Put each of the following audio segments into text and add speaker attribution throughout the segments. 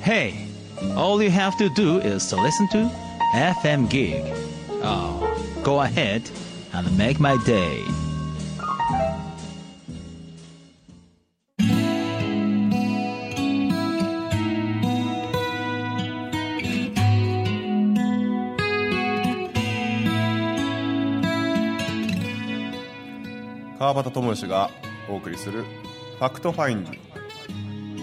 Speaker 1: Hey, all you have to do is to listen to FM Gig. Oh, go ahead and make my day.
Speaker 2: 川端智之がお送りする「ファクトファインディング」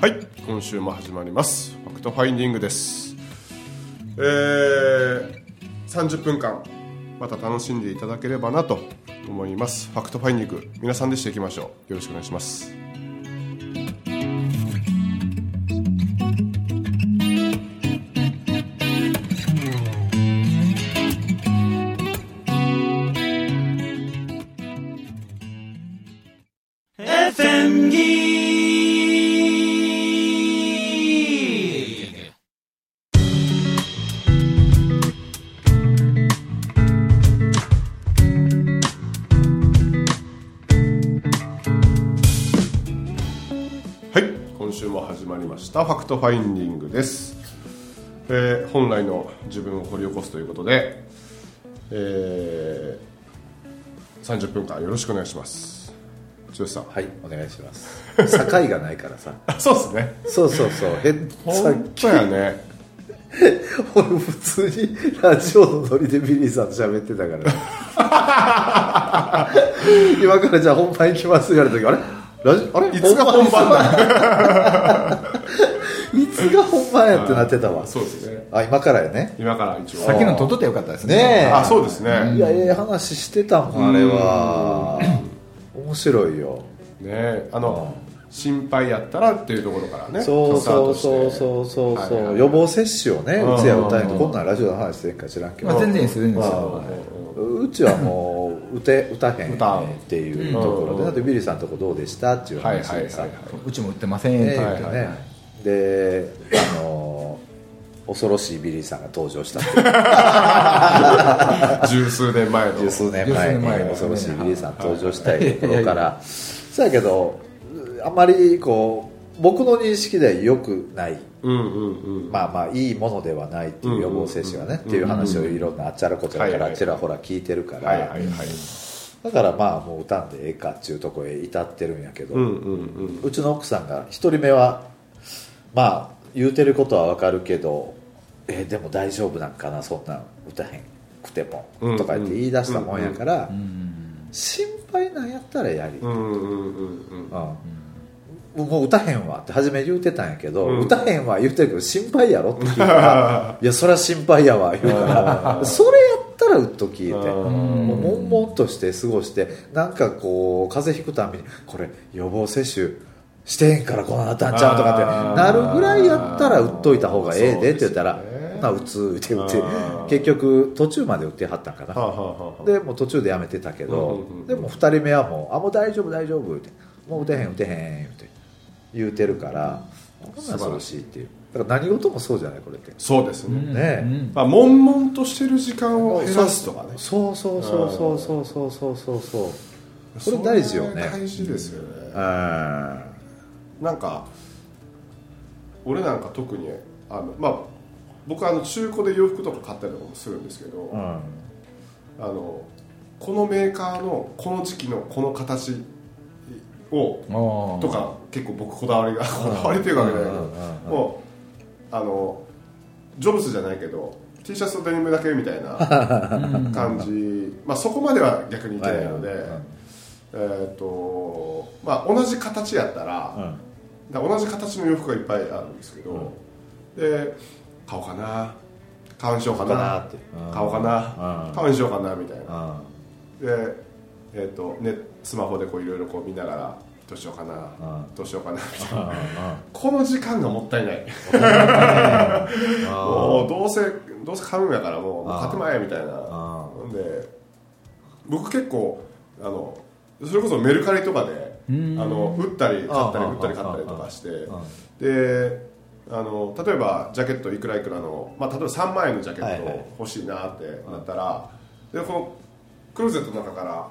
Speaker 2: はい今週も始まります「ファクトファインディング」ですえー、30分間また楽しんでいただければなと思いますファクトファインディング皆さんでしていきましょうよろしくお願いしますはい今週も始まりました「ファクトファインディング」です、えー本来の自分を掘り起こすということで、えー30分間よろしくお願いします剛さん
Speaker 3: はいお願いします境がないからさ
Speaker 2: あそうですね
Speaker 3: そうそうそうへっさっ
Speaker 2: 本当やね
Speaker 3: き俺普通にラジオのノリでビリーさんと喋ってたから 今からじゃあ本番行きますよやるときあれラジあれ
Speaker 2: いつが本番だ
Speaker 3: いつが本番やってなってたわ
Speaker 2: そうですね
Speaker 3: あ今からやね
Speaker 2: 今から一応
Speaker 4: さっきの取っとってよかったですね
Speaker 3: ねえ
Speaker 2: あそうですね
Speaker 3: いやええ話してたもんあれは面白いよ
Speaker 2: ねあの心配やったらっていうところからね
Speaker 3: そうそうそう
Speaker 2: スター
Speaker 3: そう
Speaker 2: トして
Speaker 3: そうそう、
Speaker 2: はいはい
Speaker 3: 予防接種をね
Speaker 2: うん
Speaker 3: うちや歌えのこんなんラジオの話せんか知らんけど、
Speaker 4: まあ、全然いいですよ全然いいです
Speaker 3: あ
Speaker 4: よ
Speaker 3: うちはもう打て打たへん
Speaker 2: 歌う
Speaker 3: っていうところ
Speaker 2: う
Speaker 3: で
Speaker 2: ん
Speaker 3: だってビリーさんとこどうでしたっていう
Speaker 2: はい
Speaker 3: 話
Speaker 2: はい
Speaker 3: で
Speaker 2: はい
Speaker 3: さ
Speaker 2: はい
Speaker 4: うんうちも売ってませんっ
Speaker 3: え
Speaker 4: て
Speaker 3: え
Speaker 4: 言
Speaker 3: 言
Speaker 4: っ
Speaker 3: ってて
Speaker 4: ね、
Speaker 3: ねであの恐ろしいビリーさんが登場したっていう
Speaker 2: 十数年前の
Speaker 3: 十数年前に
Speaker 4: 十数年前
Speaker 3: 恐ろしいビリーさん登場したいところからそうやけどあんまりこう僕の認識では良くない
Speaker 2: うんうんうん
Speaker 3: まあまあいいものではないっていう予防接種がねっていう話をいろんなあっちゃらこっちゃらからちらほら聞いてるか
Speaker 2: はいは
Speaker 3: ら
Speaker 2: いはい
Speaker 3: だからまあもう歌んでええかっていうところへ至ってるんやけど、
Speaker 2: う
Speaker 3: うん
Speaker 2: うんうん
Speaker 3: ちの奥さんが1人目はまあ言うてることはわかるけどえーでも大丈夫なんかなそんなん歌へんくて
Speaker 2: うん
Speaker 3: もとか言って言い出したもんやから、心配なんやったらやり、
Speaker 2: うんうんうんうん
Speaker 3: うんもう歌へんわって初め言うてたんやけど、
Speaker 2: うん
Speaker 3: 歌へんわ言うてるけど心配やろって聞いた らいやそりゃ心配やわ言うからそれやったらうっと聞いて
Speaker 2: うん
Speaker 3: もう悶々として過ごしてなんかこう風邪ひくたびにこれ予防接種してへんからこんななったんちゃうと
Speaker 2: あー
Speaker 3: かってなるぐらいやったら打っといた方がええでって言ったら
Speaker 2: そうですよね
Speaker 3: 「な打つ」って言って
Speaker 2: あー
Speaker 3: 結局途中まで打ってはったんかな
Speaker 2: はあはあはあ
Speaker 3: でもう途中でやめてたけど、
Speaker 2: うんうんうん
Speaker 3: でも2人目はもう「あもう大丈夫大丈夫」って「もう打てへん打てへん」って言うてるからこんなん恐ろしいっていうだから何事もそうじゃないこれってね
Speaker 2: そうですね、
Speaker 3: え、
Speaker 2: まあ悶々としてる時間を減らすとかね
Speaker 3: そうそうそうそうそうそうそうそうそうそれ大事よね
Speaker 2: それ大事ですよね
Speaker 3: うん
Speaker 2: なんか俺なんか特にあのまあ僕はあの中古で洋服とか買ったりとかもするんですけど、
Speaker 3: う
Speaker 2: あ
Speaker 3: ん
Speaker 2: のこのメーカーのこの時期のこの形を
Speaker 4: ああ
Speaker 2: とか結構僕こだわりがこだわりというわけじゃないけどもうあのジョブズじゃないけど T シャツとデニムだけみたいな感じまあそこまでは逆にいけないので
Speaker 3: はいはいはい
Speaker 2: えーっとまあ同じ形やったら
Speaker 3: うん
Speaker 2: だから同じ形の洋服がいっぱいあるんですけどで買おうかな買うにしようか
Speaker 3: 買おうかな
Speaker 2: な
Speaker 3: って
Speaker 2: 買おうか
Speaker 3: う
Speaker 2: なん買うにしようかなみたいな
Speaker 3: あ
Speaker 2: で、えーとね、スマホでこういろいろこう見ながらどうしようかなどうしようかなみたいなこの時間がもったい ないもうどうせどうせ買うんやからもう
Speaker 3: あー
Speaker 2: 買ってまえみたいな
Speaker 3: あ
Speaker 2: なんで僕結構あのそれこそメルカリとかであの売ったり買ったり
Speaker 3: あー
Speaker 2: 売ったり買ったりとかしてであの例えばジャケットいくらいくらの、まあ、例えば3万円のジャケ
Speaker 3: は
Speaker 2: ッ
Speaker 3: い
Speaker 2: ト
Speaker 3: はい
Speaker 2: 欲しいなってなったら、でこのクローゼットの中から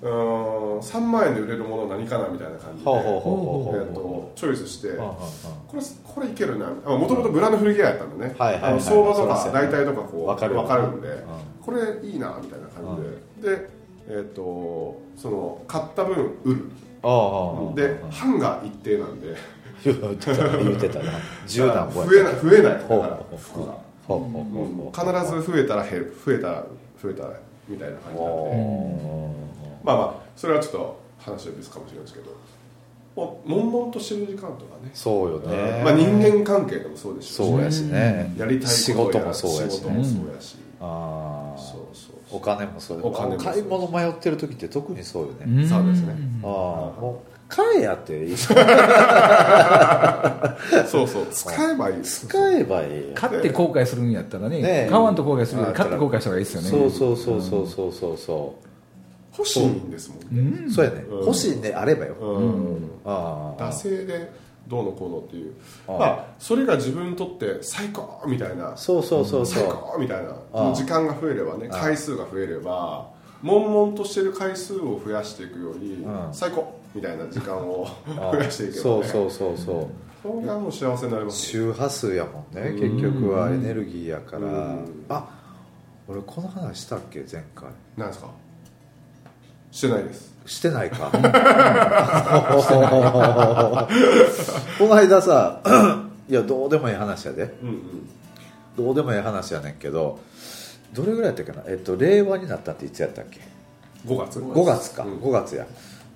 Speaker 2: うーん3万円で売れるもの何かなみたいな感じで、
Speaker 3: ほうほうほうほう
Speaker 2: えっとチョイスして、
Speaker 3: はあはあはあ
Speaker 2: これこれいけるなもともとブランド古着屋やったんでね、
Speaker 3: はいはいはい
Speaker 2: あの相場
Speaker 3: そ
Speaker 2: と
Speaker 3: らそう
Speaker 2: か
Speaker 3: やね
Speaker 2: 大体とかこう
Speaker 3: わかるよ
Speaker 2: わかるんで、
Speaker 3: うん
Speaker 2: これいいなみたいな感じで、で、えっとその買った分売る
Speaker 3: ああ
Speaker 2: で版が一定なんで
Speaker 3: 言ってた言ってたな十何本
Speaker 2: 増えない増えないだか
Speaker 3: ほう
Speaker 2: ら服が
Speaker 3: ほうほうほうほう
Speaker 2: 必ず増えたら減る増えたら増えたらみたいな感じなんでまあまあそれはちょっと話は別かもしれないですけどもう悶々としてる時間とかね、
Speaker 3: そうよね
Speaker 2: まあ、人間関係でもそうですし
Speaker 3: そうやしね
Speaker 2: やりたい
Speaker 3: 仕
Speaker 2: こと
Speaker 3: 事
Speaker 2: や
Speaker 3: もそうやし
Speaker 2: 仕事
Speaker 3: ね
Speaker 2: もそうやし、
Speaker 3: ああ
Speaker 2: そうそうそう
Speaker 3: お金もそうや
Speaker 2: お金もそう
Speaker 3: 買い物迷ってる時って特にそうよね
Speaker 4: ん
Speaker 2: そうですね
Speaker 3: ああもう買えやっていい
Speaker 2: そうそう使えばいいです
Speaker 3: 使えばいい
Speaker 4: 買って後悔するんやったらね
Speaker 3: ねえ
Speaker 4: 買わんと後悔するよ
Speaker 3: あ
Speaker 4: り
Speaker 3: ー
Speaker 4: 買って後悔した方がいいですよね
Speaker 3: そうそうそうそうそうそうそ
Speaker 2: 欲しいんですもん
Speaker 4: う
Speaker 2: ね、
Speaker 4: ん
Speaker 3: うそうやね
Speaker 2: うん
Speaker 3: 欲しいねあればよ
Speaker 2: うん、
Speaker 3: ああ
Speaker 2: 惰性でどうのこうのっていう
Speaker 3: あ
Speaker 2: まあそれが自分にとって最高みたいな
Speaker 3: そうそうそうそ
Speaker 2: 最
Speaker 3: う
Speaker 2: 高みたいな
Speaker 3: ああ
Speaker 2: 時間が増えればね回数が増えれば悶々としてる回数を増やしていくより
Speaker 3: うん
Speaker 2: 最高みたいな時間を
Speaker 3: あ あ
Speaker 2: 増やしていけばね
Speaker 3: そうそうそうそう
Speaker 2: それはもう幸せになりますよ
Speaker 3: 周波数やもんね
Speaker 2: うん
Speaker 3: 結局はエネルギーやから
Speaker 2: うん
Speaker 3: あ俺この話したっけ前回
Speaker 2: なんですかしてないです
Speaker 3: してないか この間さ いやどうでもいい話やで
Speaker 2: うんうん
Speaker 3: どうでもいい話やねんけどどれぐらいやったっけな、えっと、令和になったっていつやったっけ
Speaker 2: 5月
Speaker 3: 5月か、
Speaker 2: うん
Speaker 3: 5月や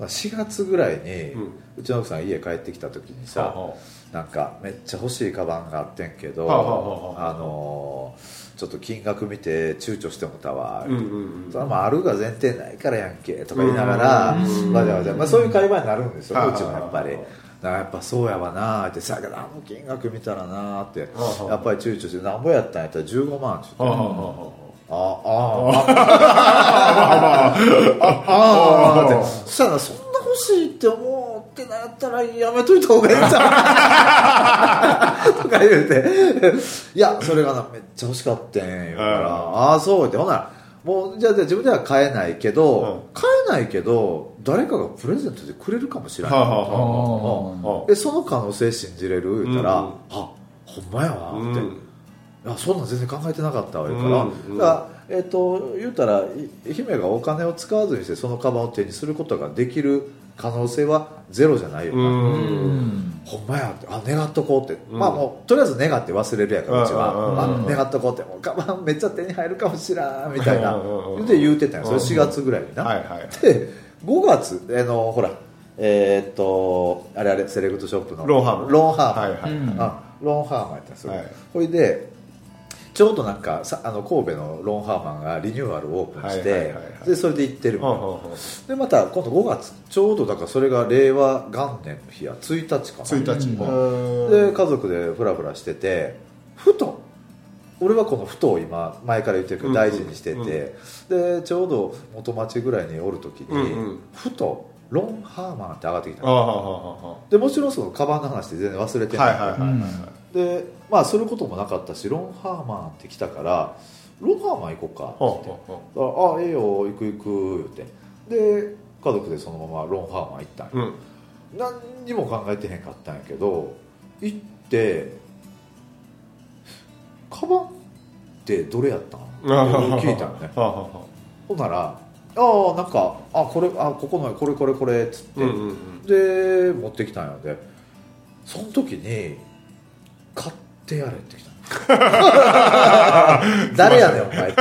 Speaker 3: まあ4月ぐらいに、う
Speaker 2: うん
Speaker 3: ちの奥さん家帰ってきた時にさ、
Speaker 2: はあは
Speaker 3: なんかめっちゃ欲しいカバンがあってんけど、
Speaker 2: はあはあはあ
Speaker 3: あのーちょっと金額見て躊躇してもたわ、
Speaker 2: うんうんうん
Speaker 3: それはまああるが前提ないからやんけとか言いながら
Speaker 2: うん
Speaker 3: わざわざ、まあ、そういう会話になるんですよ
Speaker 2: はいう
Speaker 3: ちもやっぱ
Speaker 2: は
Speaker 3: りだ
Speaker 2: い
Speaker 3: からやっぱそうやわなーってさあの金額見たらなーってや
Speaker 2: はい
Speaker 3: っぱり躊躇してなんぼやったんやったら15万って
Speaker 2: はあ
Speaker 3: 言
Speaker 2: は
Speaker 3: って
Speaker 2: あはあはあ
Speaker 3: ああああああってそしたらそんな欲しいって思ってなったらやめといた方がいいんじゃんとか言うて「いやそれがなめっちゃ欲しかったん」言うから
Speaker 2: うん
Speaker 3: 「ああそう」ってほなもうじゃあじゃあ自分では買えないけど、買えないけど誰かがプレゼントでくれるかもしれない、
Speaker 2: はあはあ
Speaker 4: あ
Speaker 2: はあ
Speaker 4: ー
Speaker 2: はあ
Speaker 3: でその可能性信じれる言うたら「
Speaker 2: うん
Speaker 3: あほんまやわ」って。
Speaker 2: うん
Speaker 3: いやそんなん全然考えてなかったわ言うから,、
Speaker 2: うんうん
Speaker 3: だからえっと言うたらい姫がお金を使わずにしてそのカバンを手にすることができる可能性はゼロじゃないよな、
Speaker 2: うん
Speaker 3: ほんまやってあ願っとこうって、
Speaker 2: うん
Speaker 3: まあもうとりあえず願って忘れるやからうちは、
Speaker 2: うんうんうん
Speaker 3: あ願っとこうってもうカバンめっちゃ手に入るかもしらんみたいな
Speaker 2: うんうんうん
Speaker 3: で言うてたんよそれ
Speaker 2: うん
Speaker 3: 4月ぐらいにな、
Speaker 2: はいはい
Speaker 3: で5月あのほらえーっとあれあれセレクトショップの
Speaker 2: ロンハーマン
Speaker 3: ロンハーマ
Speaker 2: はい
Speaker 3: ン
Speaker 2: はい
Speaker 4: うん
Speaker 3: あロンハーマンやったんですよ、
Speaker 2: はい
Speaker 3: ほいでちょうどなんかさあの神戸のロンハーマンがリニューアルオープンして、
Speaker 2: はいはいはいはい
Speaker 3: でそれで行ってる
Speaker 2: はあは
Speaker 3: の、
Speaker 2: あはあ
Speaker 3: でまた今度5月ちょうどだからそれが令和元年の日や1日かな
Speaker 2: 1日
Speaker 4: うん
Speaker 3: で家族でフラフラしててふと俺はこのふとを今前から言ってるけど大事にしてて、
Speaker 2: うんうん
Speaker 3: でちょうど元町ぐらいにおる時に、
Speaker 2: うんうん
Speaker 3: ふとロンハーマンって上がってきた
Speaker 2: あ
Speaker 3: の
Speaker 2: あはあはあは
Speaker 3: でもちろんそのカバンの話って全然忘れて
Speaker 2: あ
Speaker 3: ない、
Speaker 2: はいはいはいはいはい
Speaker 3: でまあすることもなかったしロンハーマンって来たからロンハーマン行こうかって言って
Speaker 2: は
Speaker 3: 「ああええよ行く行く」言ってで家族でそのままロンハーマン行ったんよ
Speaker 2: あはあうん
Speaker 3: 何にも考えてへんかったんやけど行ってカバンってどれやったんって聞いたんね
Speaker 2: はあはあはあ
Speaker 3: ほんなら「ああなんかあこれあここのこれこれこれ」っつって、
Speaker 2: うんうんうん
Speaker 3: で持ってきたんやでその時に「買ってやれ」ってきた 誰やねんお前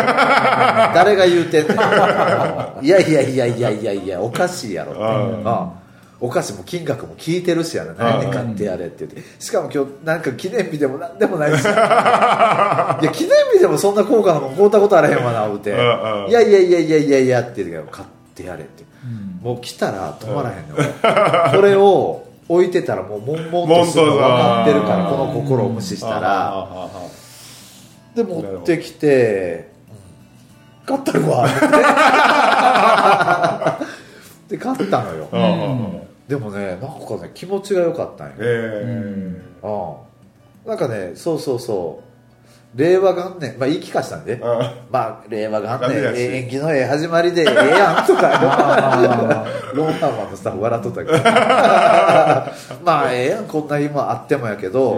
Speaker 3: 誰が言うてんねんいやいやいやいやいやいやおかしいやろって
Speaker 2: うん
Speaker 3: あお菓子も金額も聞いてるしやな何で買ってやれって言ってしかも今日なんか記念日でも何でも ないしいや記念日でもそんな高価なもん買うたことあらへんわな思ってい
Speaker 2: うんうん
Speaker 3: やいやいやいやいやいやって言うて買ってやれって
Speaker 4: うん
Speaker 3: もう来たら止まらへんの、これを置いてたらもう悶々とするの分かってるからこ
Speaker 2: 悶々と
Speaker 3: の心を無視したら
Speaker 2: ああああああ
Speaker 3: で持ってきて「買った るわ」ってで買ったのよ
Speaker 2: ああああ
Speaker 3: でもねなんかね気持ちが良かったんよ、
Speaker 2: ええ
Speaker 3: うん、なんかねそうそうそう令和元年まあ言い聞かしたんで、
Speaker 2: ん
Speaker 3: まあ令和元
Speaker 2: ダメだ
Speaker 3: 年
Speaker 2: し
Speaker 3: 延期のええ始まりでええやんと かローマンマンのスタッフ笑っとったけどまあええやんこんな日もあってもやけど、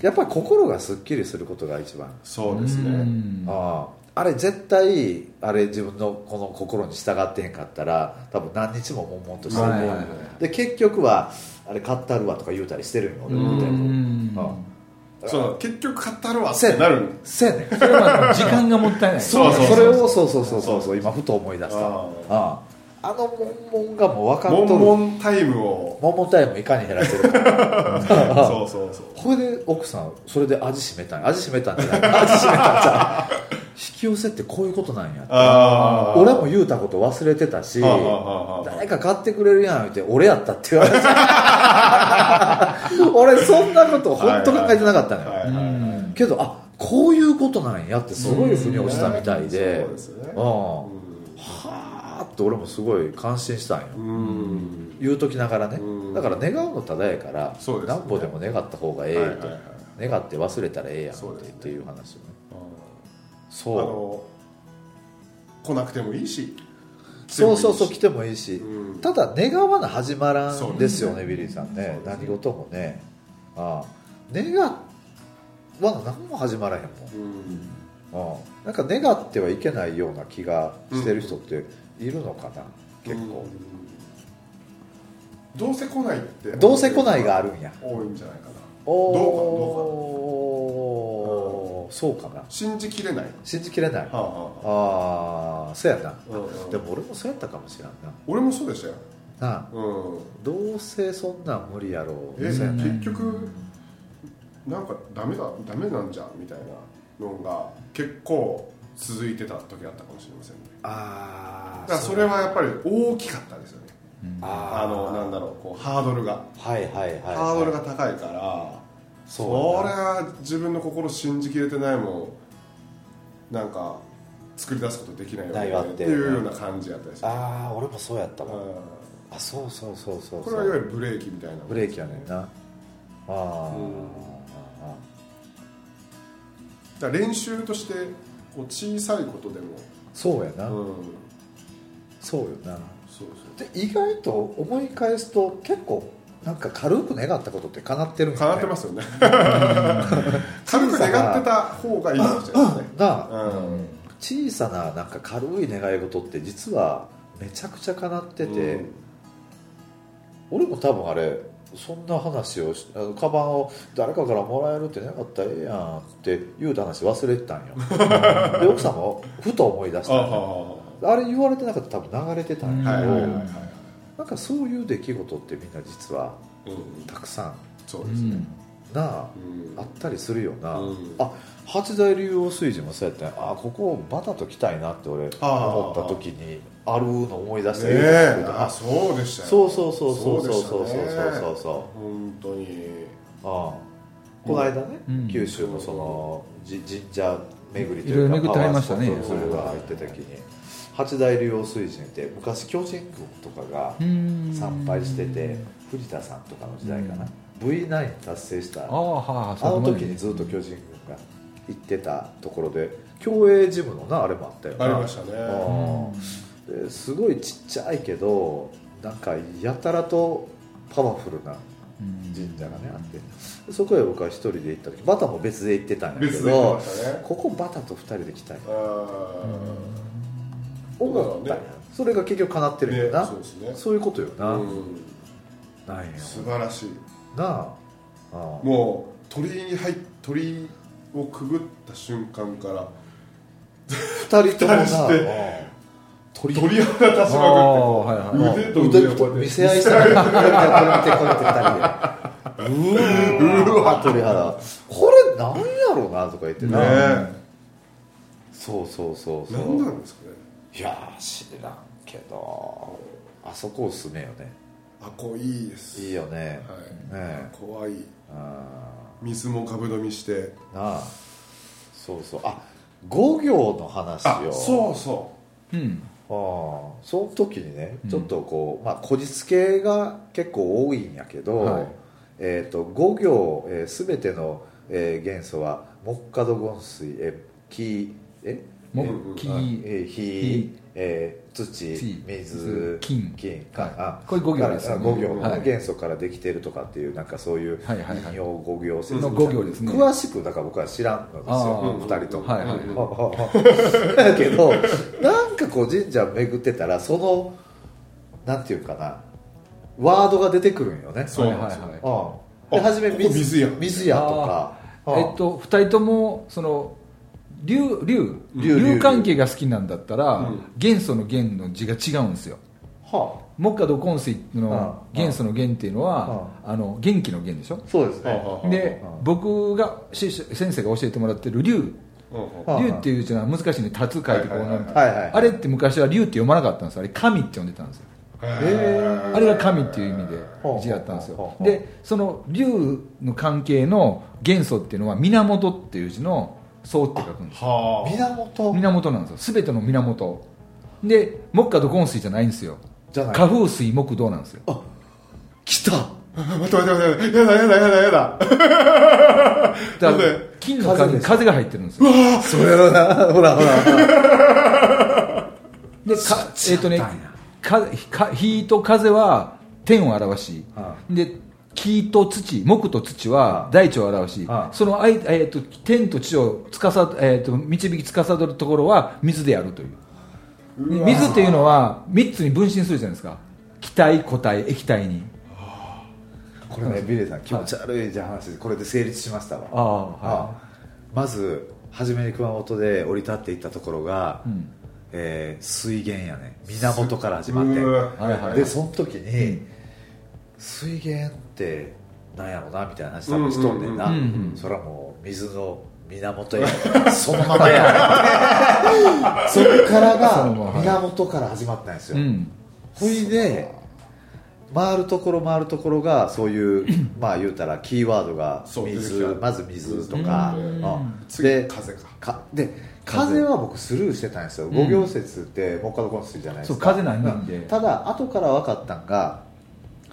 Speaker 3: やっぱり心がすっきりすることが一番、
Speaker 2: そうですね、
Speaker 3: あああれ絶対あれ自分のこの心に従ってへんかったら多分何日も悶々としてる、
Speaker 4: はいはいはい
Speaker 3: で結局はあれ買ったるわとか言うたりしてるんよ俺みたい
Speaker 4: うん
Speaker 3: なあ
Speaker 2: そう結局買ったるわっ
Speaker 3: せや
Speaker 2: て
Speaker 3: ねん
Speaker 2: なる
Speaker 3: せやねん
Speaker 4: それは時間がもったいない
Speaker 2: そう
Speaker 3: それをそうそうそうそうそう今ふと思い出した
Speaker 2: あ
Speaker 3: あああの悶々がもう分か
Speaker 2: モ
Speaker 3: っ
Speaker 2: ン
Speaker 3: とる
Speaker 2: モンタイムを
Speaker 3: 悶々タイムいかに減らせるか
Speaker 2: そうそうそう
Speaker 3: これで奥さんそれで味しめたん味しめたんじゃない味しめたんじゃん引き寄せってこういうことなんや
Speaker 2: ああ
Speaker 3: 俺も言うたこと忘れてたし
Speaker 2: あああああ
Speaker 3: 誰か買ってくれるやんって俺やったって言われた俺そんなこと本当考えてなかったのよ、
Speaker 2: はいはいはい
Speaker 3: けどあこういうことなんやってすごい腑に落ちたみたいで
Speaker 2: そうですね
Speaker 3: うんはあって俺もすごい感心したんよ
Speaker 2: うん
Speaker 3: 言うときながらね
Speaker 2: うん
Speaker 3: だから願うのただやから
Speaker 2: そうですね
Speaker 3: 何歩でも願った方がええ
Speaker 2: はいはいはい
Speaker 3: と願って忘れたらええやん
Speaker 2: そうです
Speaker 3: っ
Speaker 2: ね
Speaker 3: ていう話をね
Speaker 2: あ
Speaker 3: そう
Speaker 2: の来なくてもいいし
Speaker 3: そうそうそう
Speaker 2: 来
Speaker 3: 来てもいいし、
Speaker 2: てもいいしうん
Speaker 3: ただ願わな始まらんですよね
Speaker 2: そうですね
Speaker 3: ビリーさん
Speaker 2: そう
Speaker 3: ね
Speaker 2: ですね
Speaker 3: 何事もねああ願わな何も始まらへんもん
Speaker 2: うん
Speaker 3: ああなんか願ってはいけないような気がしてる人っているのかな、結構、
Speaker 2: どうせ来ないって
Speaker 3: どうせ来ないがあるんや
Speaker 2: 多いんじゃないかな
Speaker 3: お
Speaker 2: ど
Speaker 3: おそうかな
Speaker 2: 信じきれない
Speaker 3: 信じきれない
Speaker 2: は
Speaker 3: あ
Speaker 2: あはあ
Speaker 3: あそうやな
Speaker 2: うんうん
Speaker 3: でも俺もそうやったかもしれん
Speaker 2: 俺もそうでしたよ
Speaker 3: ななあ
Speaker 2: うん
Speaker 3: どうせそんなん無理やろう
Speaker 2: え
Speaker 3: そうやな
Speaker 2: 結局なんかダメだダメなんじゃんみたいなのが結構続いてた時あったかもしれませんね
Speaker 3: あ
Speaker 2: だ
Speaker 3: あ
Speaker 2: からそれはやっぱり大きかったですよね
Speaker 3: あ
Speaker 2: あのなんだろうこうハードルが
Speaker 3: うはいはいはい、はい、
Speaker 2: ハードルが高いからそ
Speaker 3: そう
Speaker 2: れ
Speaker 3: やな
Speaker 2: は自分の心信じきれてないもんなんか作り出すことできないよ
Speaker 3: ない
Speaker 2: ね
Speaker 3: わ
Speaker 2: っ
Speaker 3: って
Speaker 2: ていうような感じやったりする
Speaker 3: ああ俺もそうやった
Speaker 2: う
Speaker 3: わ
Speaker 2: ん
Speaker 3: あそうそうそうそうそ
Speaker 2: こ
Speaker 3: う
Speaker 2: れはいわゆるブレーキみたいなもん
Speaker 3: ブレーキやねんなああ
Speaker 2: うんだから練習としてこう小さいことでも
Speaker 3: そうやな、
Speaker 2: うん
Speaker 3: そうよな
Speaker 2: そうそう
Speaker 3: で意外と思い返すと結構なんか軽く願ったことって叶ってるんよね
Speaker 2: 叶ってますよね 軽く願ってた方がいいかもしれないですね
Speaker 3: なあ
Speaker 2: うん
Speaker 3: 小さななんか軽い願い事って実はめちゃくちゃ叶ってて、
Speaker 2: うん
Speaker 3: 俺も多分あれそんな話をしあのカバンを誰かからもらえるってなかったらええやんって言うた話忘れてたん よで奥さんもふと思い出し
Speaker 2: ああ
Speaker 3: たんよあれ言われてなかったら多分流れてたんや
Speaker 2: はい
Speaker 3: け
Speaker 2: は
Speaker 3: ど、
Speaker 2: いはいはい
Speaker 3: なんかそういう出来事ってみんな実は
Speaker 2: うん
Speaker 3: たくさん
Speaker 2: そう
Speaker 4: う
Speaker 2: ですね
Speaker 4: ん
Speaker 3: なあ
Speaker 2: うん
Speaker 3: あったりするよな、
Speaker 2: うん
Speaker 3: あ八大竜王水寺もそうやったんやあここをバタと来たいなって俺
Speaker 2: あ
Speaker 3: 思った時にあるの思い出して
Speaker 2: ねえあそうでしたよ
Speaker 3: そうそうそうそうそうそうそう
Speaker 2: でした
Speaker 3: そうそう
Speaker 2: ね
Speaker 3: そ
Speaker 2: 本当に
Speaker 3: うああこの間ね、
Speaker 4: うん
Speaker 3: 九州のそのじ神社巡りというか
Speaker 4: いろいろ巡ってはりましたね
Speaker 3: パワースポットにそれが入ってた時に八大竜王水神って昔巨人軍とかが
Speaker 4: うん
Speaker 3: 参拝してて藤田さんとかの時代かな、V9 達成した
Speaker 4: ああはあ
Speaker 3: あの時にずっと巨人軍が行ってたところで競泳ジムのなあれもあったよな
Speaker 2: ありましたね
Speaker 3: うんですごいちっちゃいけどなんかやたらとパワフルな神社がねあってでそこへ僕は一人で行った時バタも別で行ってたんやけ
Speaker 2: 別で行っ
Speaker 3: ど
Speaker 2: てましたね
Speaker 3: ここバタと二人で来たい
Speaker 2: あ
Speaker 3: 思ったんやそれが結局叶って
Speaker 2: あ
Speaker 3: るんや
Speaker 2: ね
Speaker 3: な
Speaker 2: そうですね
Speaker 3: そういうことよな、
Speaker 2: うん
Speaker 3: なんや
Speaker 2: 素晴らしい
Speaker 3: なあああ
Speaker 2: もう鳥居に入っ鳥居をくぐった瞬間から
Speaker 3: 二人ともな
Speaker 2: 二人して
Speaker 3: ああ鳥
Speaker 2: 鳥肌立ち
Speaker 4: あ
Speaker 2: ま
Speaker 4: あはいはい
Speaker 2: くって腕と腕をこうやって
Speaker 3: 見せ合いしたらこうやってこうやってこうやって二人でうーわ鳥肌これなんやろうなとか言って
Speaker 2: ね
Speaker 3: な、
Speaker 2: え
Speaker 3: そうそうそうそ
Speaker 2: 何な
Speaker 3: うん
Speaker 2: ですかね
Speaker 3: いやー知らんけどあそこおすすめよね
Speaker 2: あこいいです
Speaker 3: いいよね
Speaker 2: はい
Speaker 3: ね
Speaker 2: 怖い
Speaker 3: あ
Speaker 2: 水もかぶ飲みして
Speaker 3: ーなあそうそうあ五行の話
Speaker 2: あ
Speaker 3: よ
Speaker 2: そうそ
Speaker 4: うん
Speaker 3: ああその時にねちょっとこう、まあこじつけが結構多いんやけど、
Speaker 4: はい
Speaker 3: えっ、と五行すべ、えー全ての、えー元素はモッカドゴン水え木え
Speaker 4: 木
Speaker 3: ええ火
Speaker 4: 火
Speaker 3: えー土
Speaker 4: 水
Speaker 3: 水
Speaker 4: 金
Speaker 3: 金かあ
Speaker 4: これ五行ですよね
Speaker 3: 5行
Speaker 4: はい
Speaker 3: 元素からできてるとかっていうなんかそういう
Speaker 4: はいはいはい
Speaker 3: 引用五行説
Speaker 4: の五行ですね
Speaker 3: 詳しくだから僕は知らんのです
Speaker 4: あ
Speaker 3: よ二人とも
Speaker 4: はいは い
Speaker 3: だけどなんかこう神社巡ってたらそのなんていうかなワードが出てくるんよね
Speaker 2: そう
Speaker 4: はいはいは
Speaker 3: う
Speaker 4: い
Speaker 3: んで
Speaker 2: あ
Speaker 3: 初め
Speaker 2: ここ水や
Speaker 3: 水やとか
Speaker 4: あーえっと二人ともその龍龍
Speaker 3: 龍
Speaker 4: 龍関係が好きなんだったら、
Speaker 2: うん
Speaker 4: 元素の元の字が違うんですよ
Speaker 3: は
Speaker 4: 木下土根水の
Speaker 3: うん
Speaker 4: 元素の元っていうのは、あの元気の元でしょ
Speaker 3: あそうです
Speaker 2: はあ
Speaker 3: ね
Speaker 2: はあはあ
Speaker 4: で
Speaker 3: うん
Speaker 4: 僕がし先生が教えてもらってる龍
Speaker 2: うんうん
Speaker 3: うん
Speaker 4: 龍っていう字が難しいね「立つ」書いてこうなんて
Speaker 3: はいはいはい
Speaker 4: あれって昔は龍って読まなかったんですあれ神って呼んでたんですよあれが神っていう意味で
Speaker 3: ほう
Speaker 4: 字だったんで
Speaker 3: ほ
Speaker 4: す
Speaker 3: う
Speaker 4: よ
Speaker 3: ほう
Speaker 4: でその龍の関係の元素っていうのは源っていう字の「そう」って書くんですよ
Speaker 2: はあ
Speaker 3: 源
Speaker 4: 源なんですよ全ての源で木下土根水じゃないんですよ
Speaker 3: じゃない
Speaker 4: 火風水木土なんですよ
Speaker 3: 来た
Speaker 2: 待って待って待ってやだやだやだやだ
Speaker 4: だ
Speaker 2: な
Speaker 4: か
Speaker 2: ん
Speaker 4: ら
Speaker 2: で
Speaker 4: 金の風
Speaker 3: 風で
Speaker 4: に
Speaker 3: す
Speaker 4: 風が入ってるんですよ
Speaker 3: そ れはなほらほら
Speaker 4: でかえっ、とねかか火と風は天を表し
Speaker 3: あ
Speaker 4: で木と土木と土は大地を表し
Speaker 3: あ
Speaker 4: そのあい、えー、と天と地をつかさ、えー、と導き司るところは水であるというで水っていうのは3つに分身するじゃないですか気体固体液体に
Speaker 3: これねビレさん気持ち悪いじゃん話でこれで成立しましたわ
Speaker 4: ああは
Speaker 3: あまず初めに熊本で降り立っていったところが、えー水源やね源から始まって
Speaker 2: うわ
Speaker 4: はいはい
Speaker 3: でその時に、
Speaker 4: うん
Speaker 3: 水源ってなんやろなみたいな話多分しとんねんな、
Speaker 4: うんうんうん
Speaker 3: それはもう水の源やそのままや そっから
Speaker 4: そ
Speaker 3: が
Speaker 4: のまま
Speaker 3: 源から始まったんです
Speaker 4: い
Speaker 3: よ、
Speaker 4: うん
Speaker 3: ほいで回るところ回るところがそ ういうまあ言うたらキーワードが
Speaker 2: そう出
Speaker 3: 水
Speaker 2: てきた
Speaker 3: まず水とか、
Speaker 2: うん
Speaker 3: うん
Speaker 2: 次
Speaker 3: で
Speaker 2: 風か
Speaker 3: かで風は僕スルーしてたんですよ五行説って木下の根水じゃないですか
Speaker 4: そう風ないんで
Speaker 3: ただ後から分かったんが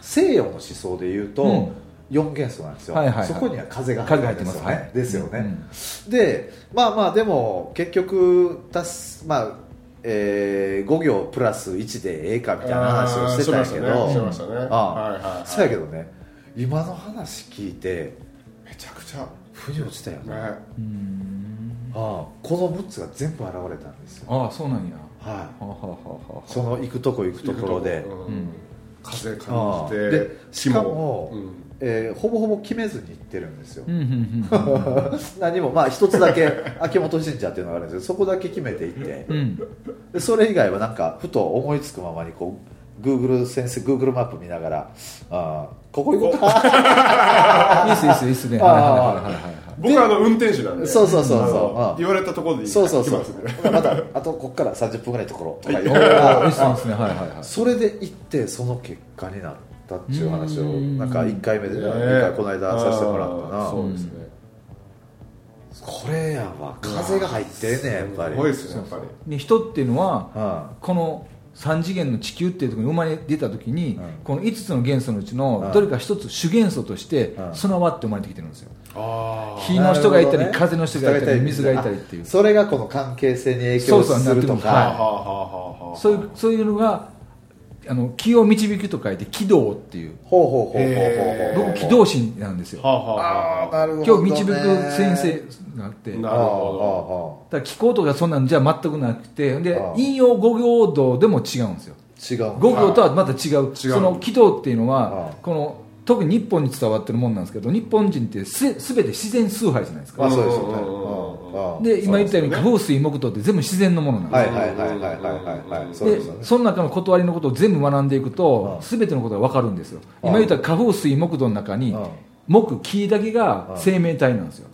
Speaker 3: 西洋の思想で言うと、
Speaker 4: うん
Speaker 3: 4元素なんですよ、
Speaker 4: はいはいはい
Speaker 3: そこには風が
Speaker 4: 風が
Speaker 3: 入
Speaker 4: 入
Speaker 3: っ
Speaker 4: ってて
Speaker 3: ま
Speaker 4: ます
Speaker 3: よ
Speaker 4: す
Speaker 3: ね、
Speaker 4: はい
Speaker 3: ですよね、でまあまあでも結局たす、まあえ5行プラス1でええかみたいな話をしてたん
Speaker 2: あ
Speaker 3: やけ
Speaker 2: ーして
Speaker 3: ど
Speaker 2: ましたねしてましたね
Speaker 3: うん
Speaker 2: はいはいはい
Speaker 3: そうやけどね今の話聞いて
Speaker 2: めちゃくちゃ
Speaker 3: 腑に落ちたよね、あ
Speaker 2: ね
Speaker 3: あこの6つが全部現れたんですよ、
Speaker 4: ああそうなんや
Speaker 3: は、
Speaker 4: ははははい
Speaker 3: その行くとこ行くところで
Speaker 2: うん風
Speaker 3: あ
Speaker 2: 感
Speaker 3: あ
Speaker 2: じて
Speaker 3: でしかも、
Speaker 2: うん
Speaker 3: えーほぼほぼ決めずに行ってるんですよ、
Speaker 4: うんうんうんうん
Speaker 3: 何もまあ一つだけ 秋元神社っていうのがあるんですけどそこだけ決めていって、
Speaker 4: うん
Speaker 3: でそれ以外はなんかふと思いつくままにこう Google 先生 Google マップ見ながらあーここ行こ うか
Speaker 4: いいっすいいっすいいっすね
Speaker 3: あー
Speaker 4: はいはいはいはいはい
Speaker 2: 僕はあの運転手なんで
Speaker 3: そうそうそうそう
Speaker 2: あの
Speaker 3: うん
Speaker 2: 言われたところで
Speaker 3: そうそう
Speaker 2: 来
Speaker 3: そ
Speaker 2: ま
Speaker 3: う
Speaker 2: すみたいな
Speaker 3: またあとこっから30分ぐらいのところとか言う
Speaker 4: おーいいっすねいいっすねはいはいはい
Speaker 3: それで行ってその結果になったっていう話を
Speaker 4: うん
Speaker 3: なんか1回目で、ね、
Speaker 2: ね
Speaker 3: 2回この間させてもらった
Speaker 2: あ
Speaker 3: な
Speaker 2: ーそうですね
Speaker 3: これやわ風が入ってんねんやっぱり
Speaker 2: すごいですねやっぱり
Speaker 4: で人っていうのは
Speaker 3: うん
Speaker 4: この3次元の地球っていうところに生まれ出た時に、
Speaker 3: うん
Speaker 4: この5つの元素のうち
Speaker 3: うん
Speaker 4: のどれか1つ主元素として
Speaker 3: うん
Speaker 4: 備わって生まれてきてるんですよ
Speaker 2: ああ
Speaker 4: 火の人がいたり、
Speaker 3: なるほどね
Speaker 4: 風の人がいたり水がいたりっていう
Speaker 3: あそれがこの関係性に影響する
Speaker 4: そうそうなってくる
Speaker 3: と
Speaker 4: んです
Speaker 2: はあ
Speaker 4: は
Speaker 2: はあ
Speaker 3: か
Speaker 2: はあはあ
Speaker 4: そういうそういうのがあの気を導くと書いて気道っていう
Speaker 3: ほうほうほうほう
Speaker 2: へ
Speaker 3: ほうほう
Speaker 4: 僕気道神なんですよ
Speaker 2: はあはあはあ
Speaker 3: なるほ
Speaker 4: 今
Speaker 3: ど、
Speaker 4: 日
Speaker 3: ね、
Speaker 4: 導く先生があって
Speaker 2: な
Speaker 3: ああ
Speaker 2: る
Speaker 3: あ
Speaker 2: ほ
Speaker 3: あ
Speaker 4: だから気候とかそんなんじゃ全くなくてで
Speaker 3: ああ
Speaker 4: 引用五行道でも違うんですよ
Speaker 3: 違うんだ
Speaker 4: 五行とはまた違う
Speaker 2: 違う
Speaker 4: その気道っていうの
Speaker 3: ああ
Speaker 4: はこの特に日本に伝わってるもんなんですけど日本人ってすすべて自然崇拝じゃないです
Speaker 3: まあ
Speaker 4: か
Speaker 3: そうですよね
Speaker 2: うんうんうん
Speaker 3: ああああ
Speaker 4: で今言ったように
Speaker 2: そうですよね
Speaker 4: 火風水木土って全部自然のものなん
Speaker 3: は
Speaker 4: で
Speaker 3: いはいはいはいはいはいはい
Speaker 4: す
Speaker 3: そう
Speaker 4: よ
Speaker 3: ですよ
Speaker 4: で
Speaker 3: ね
Speaker 4: その中の断りのことを全部学んでいく
Speaker 3: あ
Speaker 4: と
Speaker 3: あ
Speaker 4: すべてのことが分かるんですよ
Speaker 3: ああ
Speaker 4: 今言った火風水木土の中に
Speaker 3: ああ
Speaker 4: 木木だけが生命体なんですよ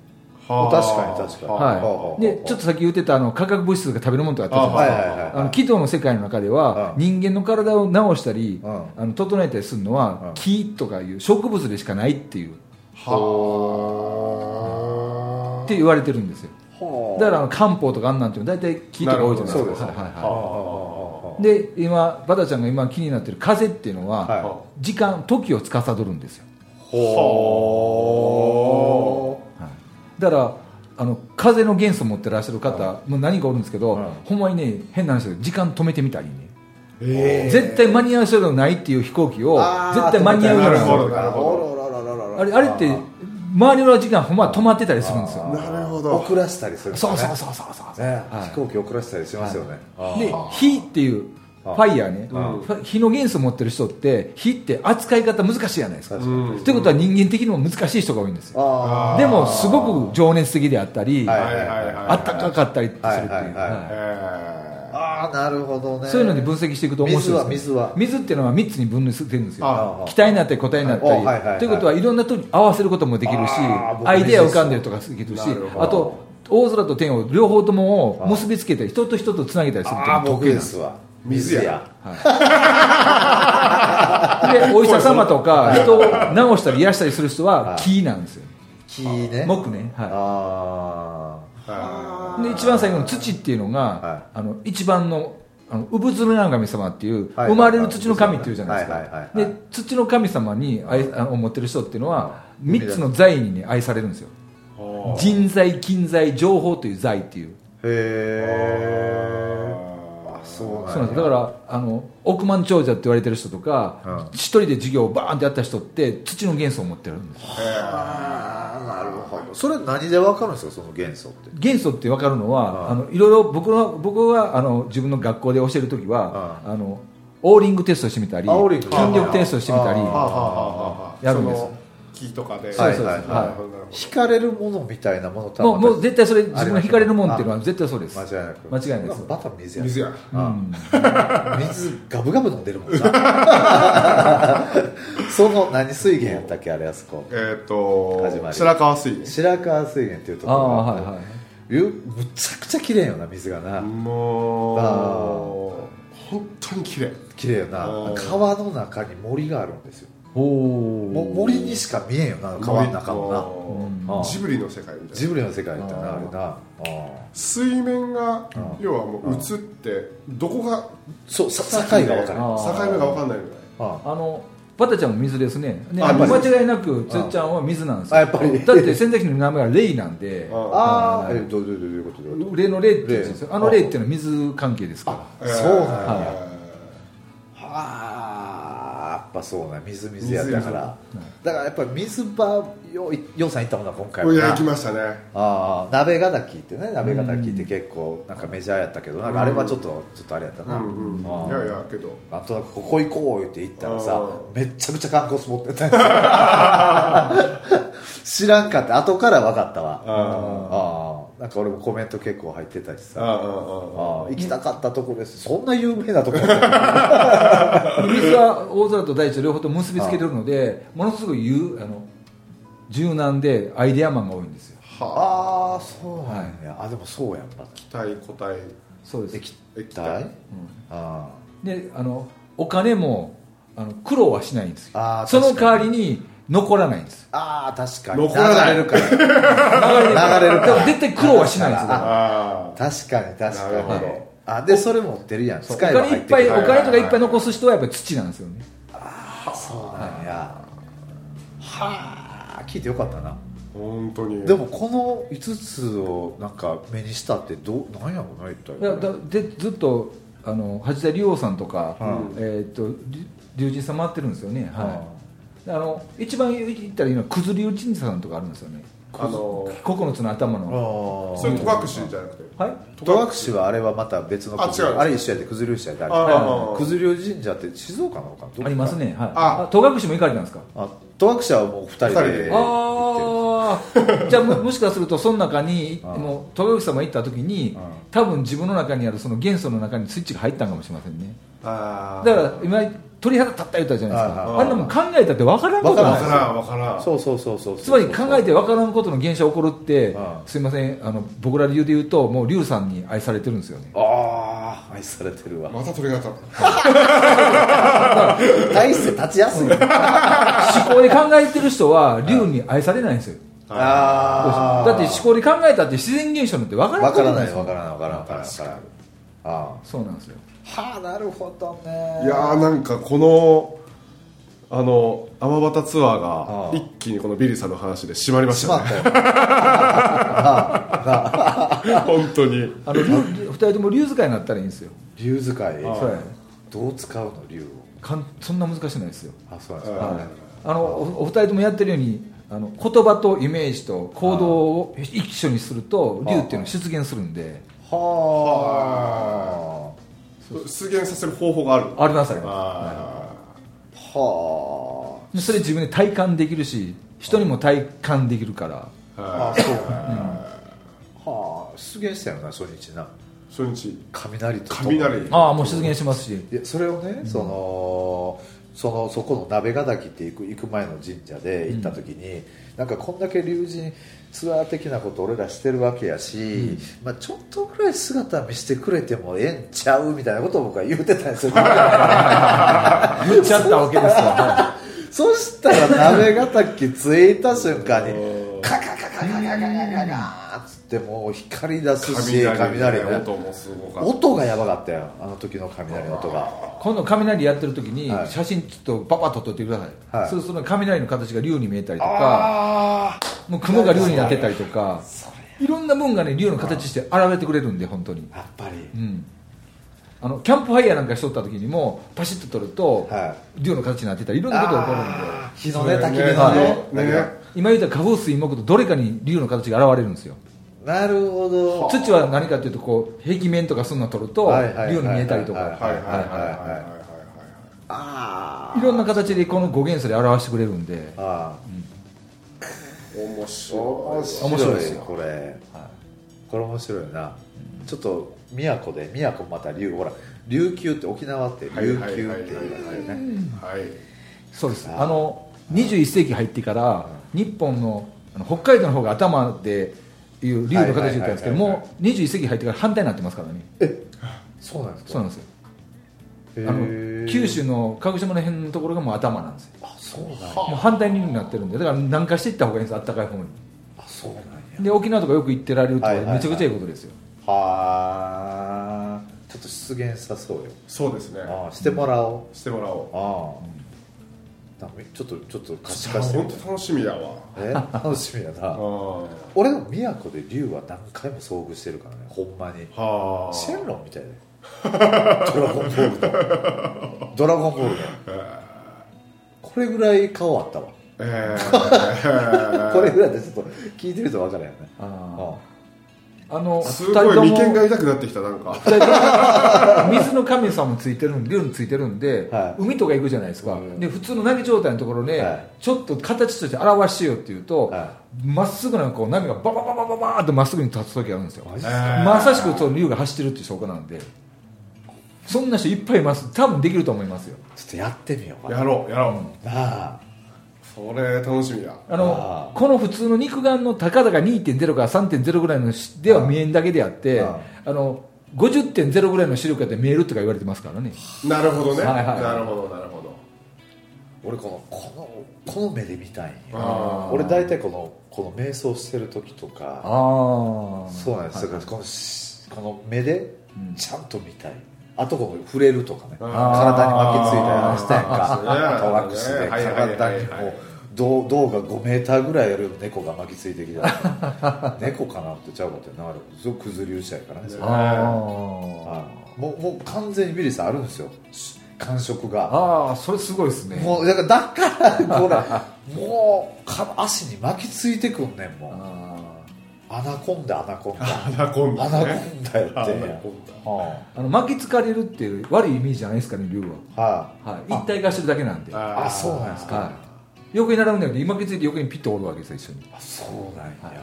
Speaker 2: はあ
Speaker 3: 確かに確かにあああ
Speaker 4: は
Speaker 3: あ
Speaker 4: いでちょっとさっき言ってたあの化学物質が食べるものとかあったじゃないですか
Speaker 3: はいはいはい
Speaker 4: あの気道の世界の中では
Speaker 3: う
Speaker 4: 人間の体を治したり
Speaker 3: うん
Speaker 4: あの整えたりするの
Speaker 3: うん
Speaker 4: は木とかいう植物でしかないっていう
Speaker 2: は
Speaker 4: って言われてるんですよ
Speaker 3: ほう
Speaker 4: だからあの漢方とかあんなんていうのは大体木とか多いじゃない
Speaker 3: な
Speaker 4: です
Speaker 3: るほどそう
Speaker 4: か
Speaker 3: ですね
Speaker 4: はいはい
Speaker 2: あ
Speaker 4: は
Speaker 2: は
Speaker 4: いで今バタちゃんが今気になってる風っていうの
Speaker 3: は
Speaker 4: はい時間時を司るんですよ
Speaker 3: ほう
Speaker 4: だからあの風の元素持ってらっしゃる方もう何人かおるんですけど、
Speaker 3: はい
Speaker 4: ほんまにね変な話だけど時間止めてみたりね、
Speaker 3: え
Speaker 4: 絶対間に合う人がないっていう飛行機を
Speaker 3: あー
Speaker 4: 絶対間に合うよう
Speaker 2: なるほ
Speaker 4: な
Speaker 2: どなるほ
Speaker 3: あらららららら
Speaker 4: あれあれって周りの時間ほんま止まってたりするんですよ
Speaker 2: なるほど
Speaker 3: 遅らせたりするんです
Speaker 4: そ
Speaker 3: ね
Speaker 4: うそうそうそうそう、
Speaker 3: ね
Speaker 4: はい
Speaker 3: 飛行機遅らせたりしますよね
Speaker 4: で火っていうファイヤーね、火の元素持ってる人って火って扱い方難しいじゃないですか、
Speaker 3: 確か
Speaker 2: に
Speaker 4: ということは人間的にも難しい人が多いんですよ
Speaker 3: あ
Speaker 4: でもすごく情熱的であったり、
Speaker 3: はい
Speaker 2: はいはいはい
Speaker 4: あったかかったりするっていう、
Speaker 3: はいはいはい
Speaker 4: はい
Speaker 2: えー
Speaker 3: ああなるほどね
Speaker 4: そういうので分析していくと面白いです
Speaker 3: 水は水
Speaker 4: 水っていうのは3つに分類してるんですよ
Speaker 2: あ
Speaker 4: 気体になったり固体になったり、
Speaker 3: あはいはいはい
Speaker 4: ということはいろんなとに合わせることもできるし
Speaker 3: あー僕
Speaker 4: アイデア浮かんでるとかできるし
Speaker 2: なるほど
Speaker 4: あと大空と天を両方ともを結びつけたり人と人とつなげたりするっていう
Speaker 3: あ
Speaker 4: の
Speaker 3: あ
Speaker 4: が
Speaker 3: 僕
Speaker 4: 得意
Speaker 3: で
Speaker 4: なんです
Speaker 3: すわ
Speaker 2: 水や
Speaker 4: でお医者様とか人を治したり癒したりする人は木なんですよ
Speaker 3: 木ね
Speaker 4: 木ね、は
Speaker 3: あ
Speaker 2: あ
Speaker 4: い、で一番最後の土っていうのが、
Speaker 3: は
Speaker 4: あの一番のあの産鶴の神様っていう、
Speaker 3: はいはいはい
Speaker 4: 生まれる土の神っていうじゃないですか、
Speaker 3: はいはいはいはい
Speaker 4: で土の神様に愛あの持ってる人っていうのは3つの財に、ね、愛されるんですよ
Speaker 2: ー
Speaker 4: 人材金財情報という財っていう
Speaker 3: あへえそう
Speaker 4: そう
Speaker 3: な
Speaker 4: なんんですだからあの億万長者って言われてる人とか、一人で事業をバーンってやった人って土の元素を持ってるんです
Speaker 3: ああなるほどそれ何で分かるんですかその元素って
Speaker 4: 元素って分かるのは、あのいろいろ僕の僕はあの自分の学校で教えるときは、あのオーリングテストしてみたり、
Speaker 3: あオー
Speaker 4: 筋
Speaker 3: リング
Speaker 4: 力テストしてみたり、
Speaker 3: あ
Speaker 2: はあは
Speaker 4: は
Speaker 2: あはあはあ
Speaker 4: やるんです
Speaker 2: その木とかで
Speaker 3: そうそうそう
Speaker 2: なるほどなるほど
Speaker 3: 惹かれるものみたいなもの
Speaker 4: い
Speaker 3: と
Speaker 4: も
Speaker 3: は
Speaker 4: う
Speaker 3: ま
Speaker 4: も
Speaker 3: た
Speaker 4: う絶対それ自分の惹かれるもんっていうのは絶対そうです。
Speaker 3: 間違いなく
Speaker 4: 間違いないです
Speaker 3: また水や
Speaker 2: 水や
Speaker 3: ああ水ガブガブ飲んでるもんな その何水源やったっけあれあそこ
Speaker 2: えーっと
Speaker 3: 始まり
Speaker 2: 白川水
Speaker 3: 白川水源っていうとこ
Speaker 4: あ
Speaker 3: ろがあ
Speaker 4: あは
Speaker 3: っ
Speaker 4: い
Speaker 3: て
Speaker 4: はい。
Speaker 3: ゆむちゃくちゃ綺麗よな水がな、
Speaker 2: もう本当に綺麗
Speaker 3: 綺麗よな
Speaker 2: うん
Speaker 3: 川の中に森があるんですよ
Speaker 4: お
Speaker 3: も
Speaker 4: お。
Speaker 3: 森にしか見えんよな川の中も
Speaker 2: も
Speaker 3: うん
Speaker 2: ジブリの世界みたいな
Speaker 3: なジブリの世界ってな
Speaker 4: あ
Speaker 3: あれなああ
Speaker 2: 水面が要はもう映ってどこが
Speaker 3: そうさ境が分かる
Speaker 4: あ
Speaker 3: あ
Speaker 2: 境目が分かんないぐらい
Speaker 3: あ
Speaker 4: あのバタちゃんも水ですね。ね
Speaker 2: あやっぱり
Speaker 4: 間違いなくつっちゃんは水なんですよ。
Speaker 3: あやっぱり
Speaker 4: だって仙崎の名前はレイなんで。
Speaker 2: あ
Speaker 3: ああえどうどうどういうことどういうこ
Speaker 4: 霊の霊って言うんですよあの霊っていうのは水関係ですか
Speaker 2: え
Speaker 3: と
Speaker 2: ー
Speaker 3: そうなんや、
Speaker 4: は
Speaker 3: はあやっぱそうな水水やったからだからやっぱり水場よようさん行ったもんな今回
Speaker 2: こ
Speaker 3: は
Speaker 2: れ
Speaker 3: な
Speaker 2: や行きましたね
Speaker 3: ああ鍋が炊きってね鍋が炊きって結構なんかメジャーやったけどなんかあれはちょっとちょっとあれやった
Speaker 2: う
Speaker 3: な、
Speaker 2: んうんいやいやけど
Speaker 3: なんとなくここ行こう言って行ったら
Speaker 2: あ
Speaker 3: さ
Speaker 2: ー
Speaker 3: めっちゃくちゃ観光スポットやったんですよ 知らんかった後から分かったわああなんか俺もコメント結構入ってた
Speaker 2: あ
Speaker 3: し
Speaker 2: あ
Speaker 3: さあ
Speaker 2: ああああ
Speaker 3: あ行きたかったとこですそんな有名なとこ
Speaker 4: 水は大空と大地を両方とも結びつけてるのでものすごいゆあの柔軟でアイデアマンが多いんですよ
Speaker 2: はあ
Speaker 3: ああそうなんや、あでもそうやっぱ
Speaker 2: 期待答え
Speaker 4: そうです
Speaker 3: 液
Speaker 2: 液
Speaker 3: 体、
Speaker 2: 体
Speaker 3: あ
Speaker 4: であのお金もあの苦労はしないんですよ
Speaker 3: あー
Speaker 4: その
Speaker 3: 確か
Speaker 4: 代わりに残らないんですよ
Speaker 3: ああー確かに
Speaker 2: 残らない
Speaker 3: 流れるから流れるから
Speaker 4: でも絶対苦労はしないんですよだか
Speaker 2: ああ
Speaker 3: 確かに確か
Speaker 2: な
Speaker 3: に
Speaker 2: るほど
Speaker 3: あでそれ持ってるやん使
Speaker 4: らお
Speaker 3: えば
Speaker 4: 金
Speaker 3: 入
Speaker 4: いっ
Speaker 3: ってく
Speaker 4: ぱい
Speaker 3: る
Speaker 4: お
Speaker 2: はい
Speaker 4: 金とかいっぱい残す人はやっぱり土なんですよね
Speaker 3: そうなんやはあ聞いてよかったな
Speaker 2: 本当に
Speaker 3: でもこの5つをなんか目にしたってどうなんやろうな一体
Speaker 4: いやだでずっとあの八代竜王さんとか、えー、とり龍神様回ってるんですよね、はい、あの一番言ったらいいのは九頭龍神さんとかあるんですよね
Speaker 2: あの
Speaker 4: 9つの頭の
Speaker 3: あ
Speaker 2: それ戸隠じゃなくて
Speaker 4: はい
Speaker 3: 戸隠はあれはまた別の
Speaker 2: あ違う
Speaker 3: あれ一緒やで九頭龍社やで
Speaker 2: ああ
Speaker 3: あれ九頭龍神社って静岡なのかな
Speaker 4: ありますね、はい、
Speaker 2: あ
Speaker 4: あ戸隠も行かれたんですか
Speaker 3: あ戸隠社はもう2人
Speaker 2: 二人
Speaker 3: で
Speaker 2: で
Speaker 3: 行ってる
Speaker 4: ああじゃあもも しかするとその中にもう戸隠様行った時に多分自分の中にあるその元素の中にスイッチが入ったんかもしれませんね
Speaker 2: ああ
Speaker 4: だから今鳥肌立った言ったじゃないです
Speaker 2: は
Speaker 3: はい
Speaker 4: か
Speaker 2: い
Speaker 4: あんなもん考えたって分からんこと
Speaker 3: わ
Speaker 4: な
Speaker 2: わ
Speaker 4: い
Speaker 2: か
Speaker 4: です
Speaker 2: らんわからん
Speaker 3: そうそうそうそう
Speaker 4: つまり考えて分からんことの現象起こるって、
Speaker 3: ああ
Speaker 4: すいませんあの僕ら理由で言うともう龍さんに愛されてるんですよね
Speaker 3: ああ愛されてるわ
Speaker 2: また鳥が立った
Speaker 3: 大して立ち やすい
Speaker 4: 思考で考えてる人は龍に愛されないんですよ
Speaker 3: あ
Speaker 4: だって思考で考えたって自然現象なんて分からん
Speaker 3: わ
Speaker 4: こ
Speaker 3: か
Speaker 4: と
Speaker 3: ら
Speaker 4: な
Speaker 3: ないい
Speaker 4: ですよ
Speaker 3: わからないわからないわからない
Speaker 2: 確かに
Speaker 3: あ
Speaker 4: そうなんですよ
Speaker 3: あはあなるほどね
Speaker 2: いやーなんかこのあの天バタツアーが一気にこのビリーさんの話で締まりまし
Speaker 3: したまっ
Speaker 2: ね
Speaker 3: たよ
Speaker 2: 本当に
Speaker 4: あの竜二人とも竜使いになったらいいんですよ
Speaker 3: 竜使い
Speaker 4: そうや
Speaker 3: どう使うの竜を
Speaker 4: かんそんな難しくないですよ
Speaker 3: あそうなんです
Speaker 2: は
Speaker 3: か、
Speaker 2: い
Speaker 3: はい
Speaker 4: あのおお二人ともやってるようにあの言葉とイメージと行動を一緒にすると竜っていうのは出現するんで
Speaker 3: は
Speaker 2: 出現させる方法がある
Speaker 4: ありますあり
Speaker 2: あ
Speaker 4: ま
Speaker 3: あは
Speaker 4: すそれ自分で体感できるし人にも体感できるから
Speaker 2: ー
Speaker 3: あ
Speaker 2: は
Speaker 3: あそうはあ出現したよな初日ない
Speaker 2: 初日
Speaker 3: 雷とともに
Speaker 2: 雷
Speaker 4: ああもう出現しますし
Speaker 3: いやそれをね、そのそのそこの鍋ヶ岳って行く行く前の神社で行った時に、なんかこんだけ龍神ツアー的なこと俺らしてるわけやし、まあ、ちょっとぐらい姿見せてくれてもええんちゃうみたいなことを僕は言うてたんですよ
Speaker 4: 言っちゃったわけですよ
Speaker 3: そしたら鍋ヶ岳着いた瞬間にカカカカカカカカカカっつってもう光り出すし
Speaker 2: 雷
Speaker 3: 雷
Speaker 2: の
Speaker 3: ね
Speaker 2: 音もすごかった
Speaker 3: 音がやばかったよあの時の雷の音が
Speaker 4: 今度雷やってる時に
Speaker 3: はい
Speaker 4: 写真ちょっとパパッと撮ってください、
Speaker 3: はい
Speaker 4: そうすると雷の形が竜に見えたりとか
Speaker 2: あー
Speaker 4: もう雲が竜になってたりとかいろんなもんがね竜の形して現れてくれるんで本当に、
Speaker 3: やっぱり
Speaker 4: うん、あのキャンプファイヤーなんかしとった時にもパシッと撮ると、
Speaker 3: は
Speaker 4: 竜の形になってたりいろんなことが起こるんで
Speaker 3: 日のね焚き火
Speaker 2: ね
Speaker 3: のね
Speaker 2: ね
Speaker 4: 今言った火風水木とどれかに竜の形が現れるんですよ
Speaker 3: なるほど
Speaker 4: 土は何かっていうとこう壁面とかそんなの撮ると
Speaker 3: はいはいはいはい
Speaker 4: 竜に見えたりとか
Speaker 3: はい
Speaker 2: はいはいはいはい
Speaker 3: はい
Speaker 2: はい
Speaker 3: あ
Speaker 4: いろんな形でこの五元素で表してくれるんで
Speaker 3: ああ
Speaker 2: 面白い
Speaker 3: あ面
Speaker 4: 白
Speaker 3: 白
Speaker 4: い
Speaker 3: い
Speaker 4: ですよ
Speaker 3: これ、これ面白いなちょっと宮古で宮古また琉ほら琉球って沖縄って
Speaker 2: はい
Speaker 3: 琉球
Speaker 2: は
Speaker 3: っ
Speaker 2: い
Speaker 3: ていう
Speaker 2: はい
Speaker 3: んだよね
Speaker 2: はいはい
Speaker 4: そうですあの21世紀入ってから日本のあの北海道の方が頭でいう竜の形だったんですけど
Speaker 3: はいはいはいはいはい
Speaker 4: もう21世紀入ってから反対になってますからね
Speaker 3: そうなんです
Speaker 4: そう
Speaker 3: か
Speaker 4: なんですよ
Speaker 3: へ
Speaker 4: あ
Speaker 3: ー
Speaker 4: の九州の鹿児島の辺のところがもう頭なんですよ
Speaker 3: あそうなんや
Speaker 4: もう反対になってるんでだから南下していった方がいいんですあったかい方に
Speaker 3: あそうなんや
Speaker 4: で沖縄とかよく行ってられるとか
Speaker 3: はいはいはい
Speaker 4: めちゃくちゃいいことですよ
Speaker 3: はあちょっと出現さそうよ
Speaker 2: そうですね
Speaker 3: ああしてもらおう、
Speaker 2: してもらおう
Speaker 3: ああなんかちょっとちょっと可視化して
Speaker 2: 本
Speaker 3: みたい
Speaker 2: 当楽しみやわ
Speaker 3: え楽しみやな
Speaker 2: あー
Speaker 3: 俺でも宮古で龍は何回も遭遇してるからねほんまに
Speaker 2: はあ
Speaker 3: シェンロンみたいだよドラゴンボールと ドラゴンボールのこれぐらい顔あったわ
Speaker 2: え
Speaker 3: これぐらいでちょっと聞いてると分からんよね
Speaker 4: あー
Speaker 3: あ
Speaker 4: あの
Speaker 2: ーすごい
Speaker 4: 二
Speaker 2: 眉間が痛くなってきたなんか
Speaker 4: 二人 とも水の神様もついてるんで龍についてるんで、
Speaker 3: はい
Speaker 4: 海とか行くじゃないですか、
Speaker 3: うん
Speaker 4: で普通の波状態のところで、
Speaker 3: はい
Speaker 4: ちょっと形として表してよっていうと
Speaker 3: は
Speaker 4: ま、っすぐなこう波がババババババーってまっすぐに立つ時あるんですよ
Speaker 3: マジっすか
Speaker 4: まさしくその龍が走ってるっていう証拠なんでそんな人いっぱいいます多分できると思いますよ
Speaker 3: ちょっとやってみようかな
Speaker 2: やろうやろう、
Speaker 3: あ
Speaker 2: それ楽しみや
Speaker 4: あの
Speaker 3: あー
Speaker 4: この普通の肉眼の高々2.0から3.0ぐらいのしでは見えんだけであって
Speaker 3: あ
Speaker 4: あの50.0ぐらいの視力やって見えるとか言われてますからね
Speaker 2: なるほどね、
Speaker 4: はいはい
Speaker 2: なるほどなるほど
Speaker 3: 俺このこのこの目で見たいん
Speaker 2: あ
Speaker 3: よ
Speaker 2: ー
Speaker 3: 俺大体このこの瞑想してる時とか
Speaker 4: ああ
Speaker 3: そうなんですよ、だからこのしこの目で
Speaker 4: うん
Speaker 3: ちゃんと見たい、あとこの触れるとかね体に巻きついたり
Speaker 2: あー
Speaker 3: したやん
Speaker 2: そ
Speaker 3: か
Speaker 2: うですね
Speaker 3: トラックス
Speaker 2: は
Speaker 3: で
Speaker 2: いはいはいはい
Speaker 3: 体にもう銅銅が5メーターぐらいある猫が巻きついてき た猫かなってちゃうかってなるすごくずりうしやからねそれ
Speaker 2: ね
Speaker 4: あ
Speaker 3: はいもうもう完全にビリーさんあるんですよし感触
Speaker 4: あ
Speaker 3: が
Speaker 4: ああそれすごいですね
Speaker 3: もうだからだからこれもうか足に巻きついてくんねんもう
Speaker 4: あ
Speaker 3: アナコンダアナコンダ
Speaker 2: アナコン
Speaker 3: ア
Speaker 2: ダ
Speaker 3: ナコ
Speaker 2: ね
Speaker 3: ンダやってんや
Speaker 2: アナ
Speaker 3: ん
Speaker 2: コンダ
Speaker 3: は
Speaker 4: あの巻きつかれるっていう悪いイメージじゃないですかね龍
Speaker 3: あはい
Speaker 4: は、はい、一体化してるだけなんで、は
Speaker 2: あ
Speaker 3: あそうなんですか、
Speaker 4: い、横に並ぶんだけど今気づいて横にピッとおるわけですよ一緒に
Speaker 3: あそうなんや、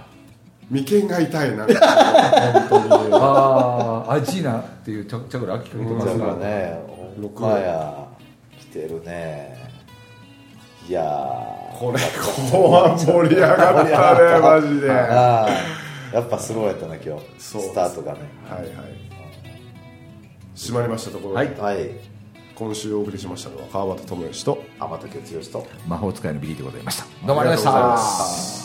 Speaker 2: 眉間が痛いなんか本当に
Speaker 4: ああアジーナっていうチャチャクラ飽きかけて
Speaker 3: だ
Speaker 4: ま
Speaker 3: か
Speaker 4: す
Speaker 3: ら
Speaker 4: が
Speaker 3: ねほんまや来てるねいやー
Speaker 2: これ後半盛り上がったねマジでは
Speaker 3: あーやっぱスローやったな今日
Speaker 2: そう
Speaker 3: スタートがね
Speaker 2: いはい締まりましたところで、
Speaker 3: はい、はい、
Speaker 2: 今週お送りしましたのは川端智之と
Speaker 3: 天竹剛と
Speaker 4: 魔法使いのビリーでございましたどうもありがとうご
Speaker 2: ありがとうござ
Speaker 4: ざ
Speaker 2: い
Speaker 4: いま
Speaker 2: ま
Speaker 4: し
Speaker 2: したた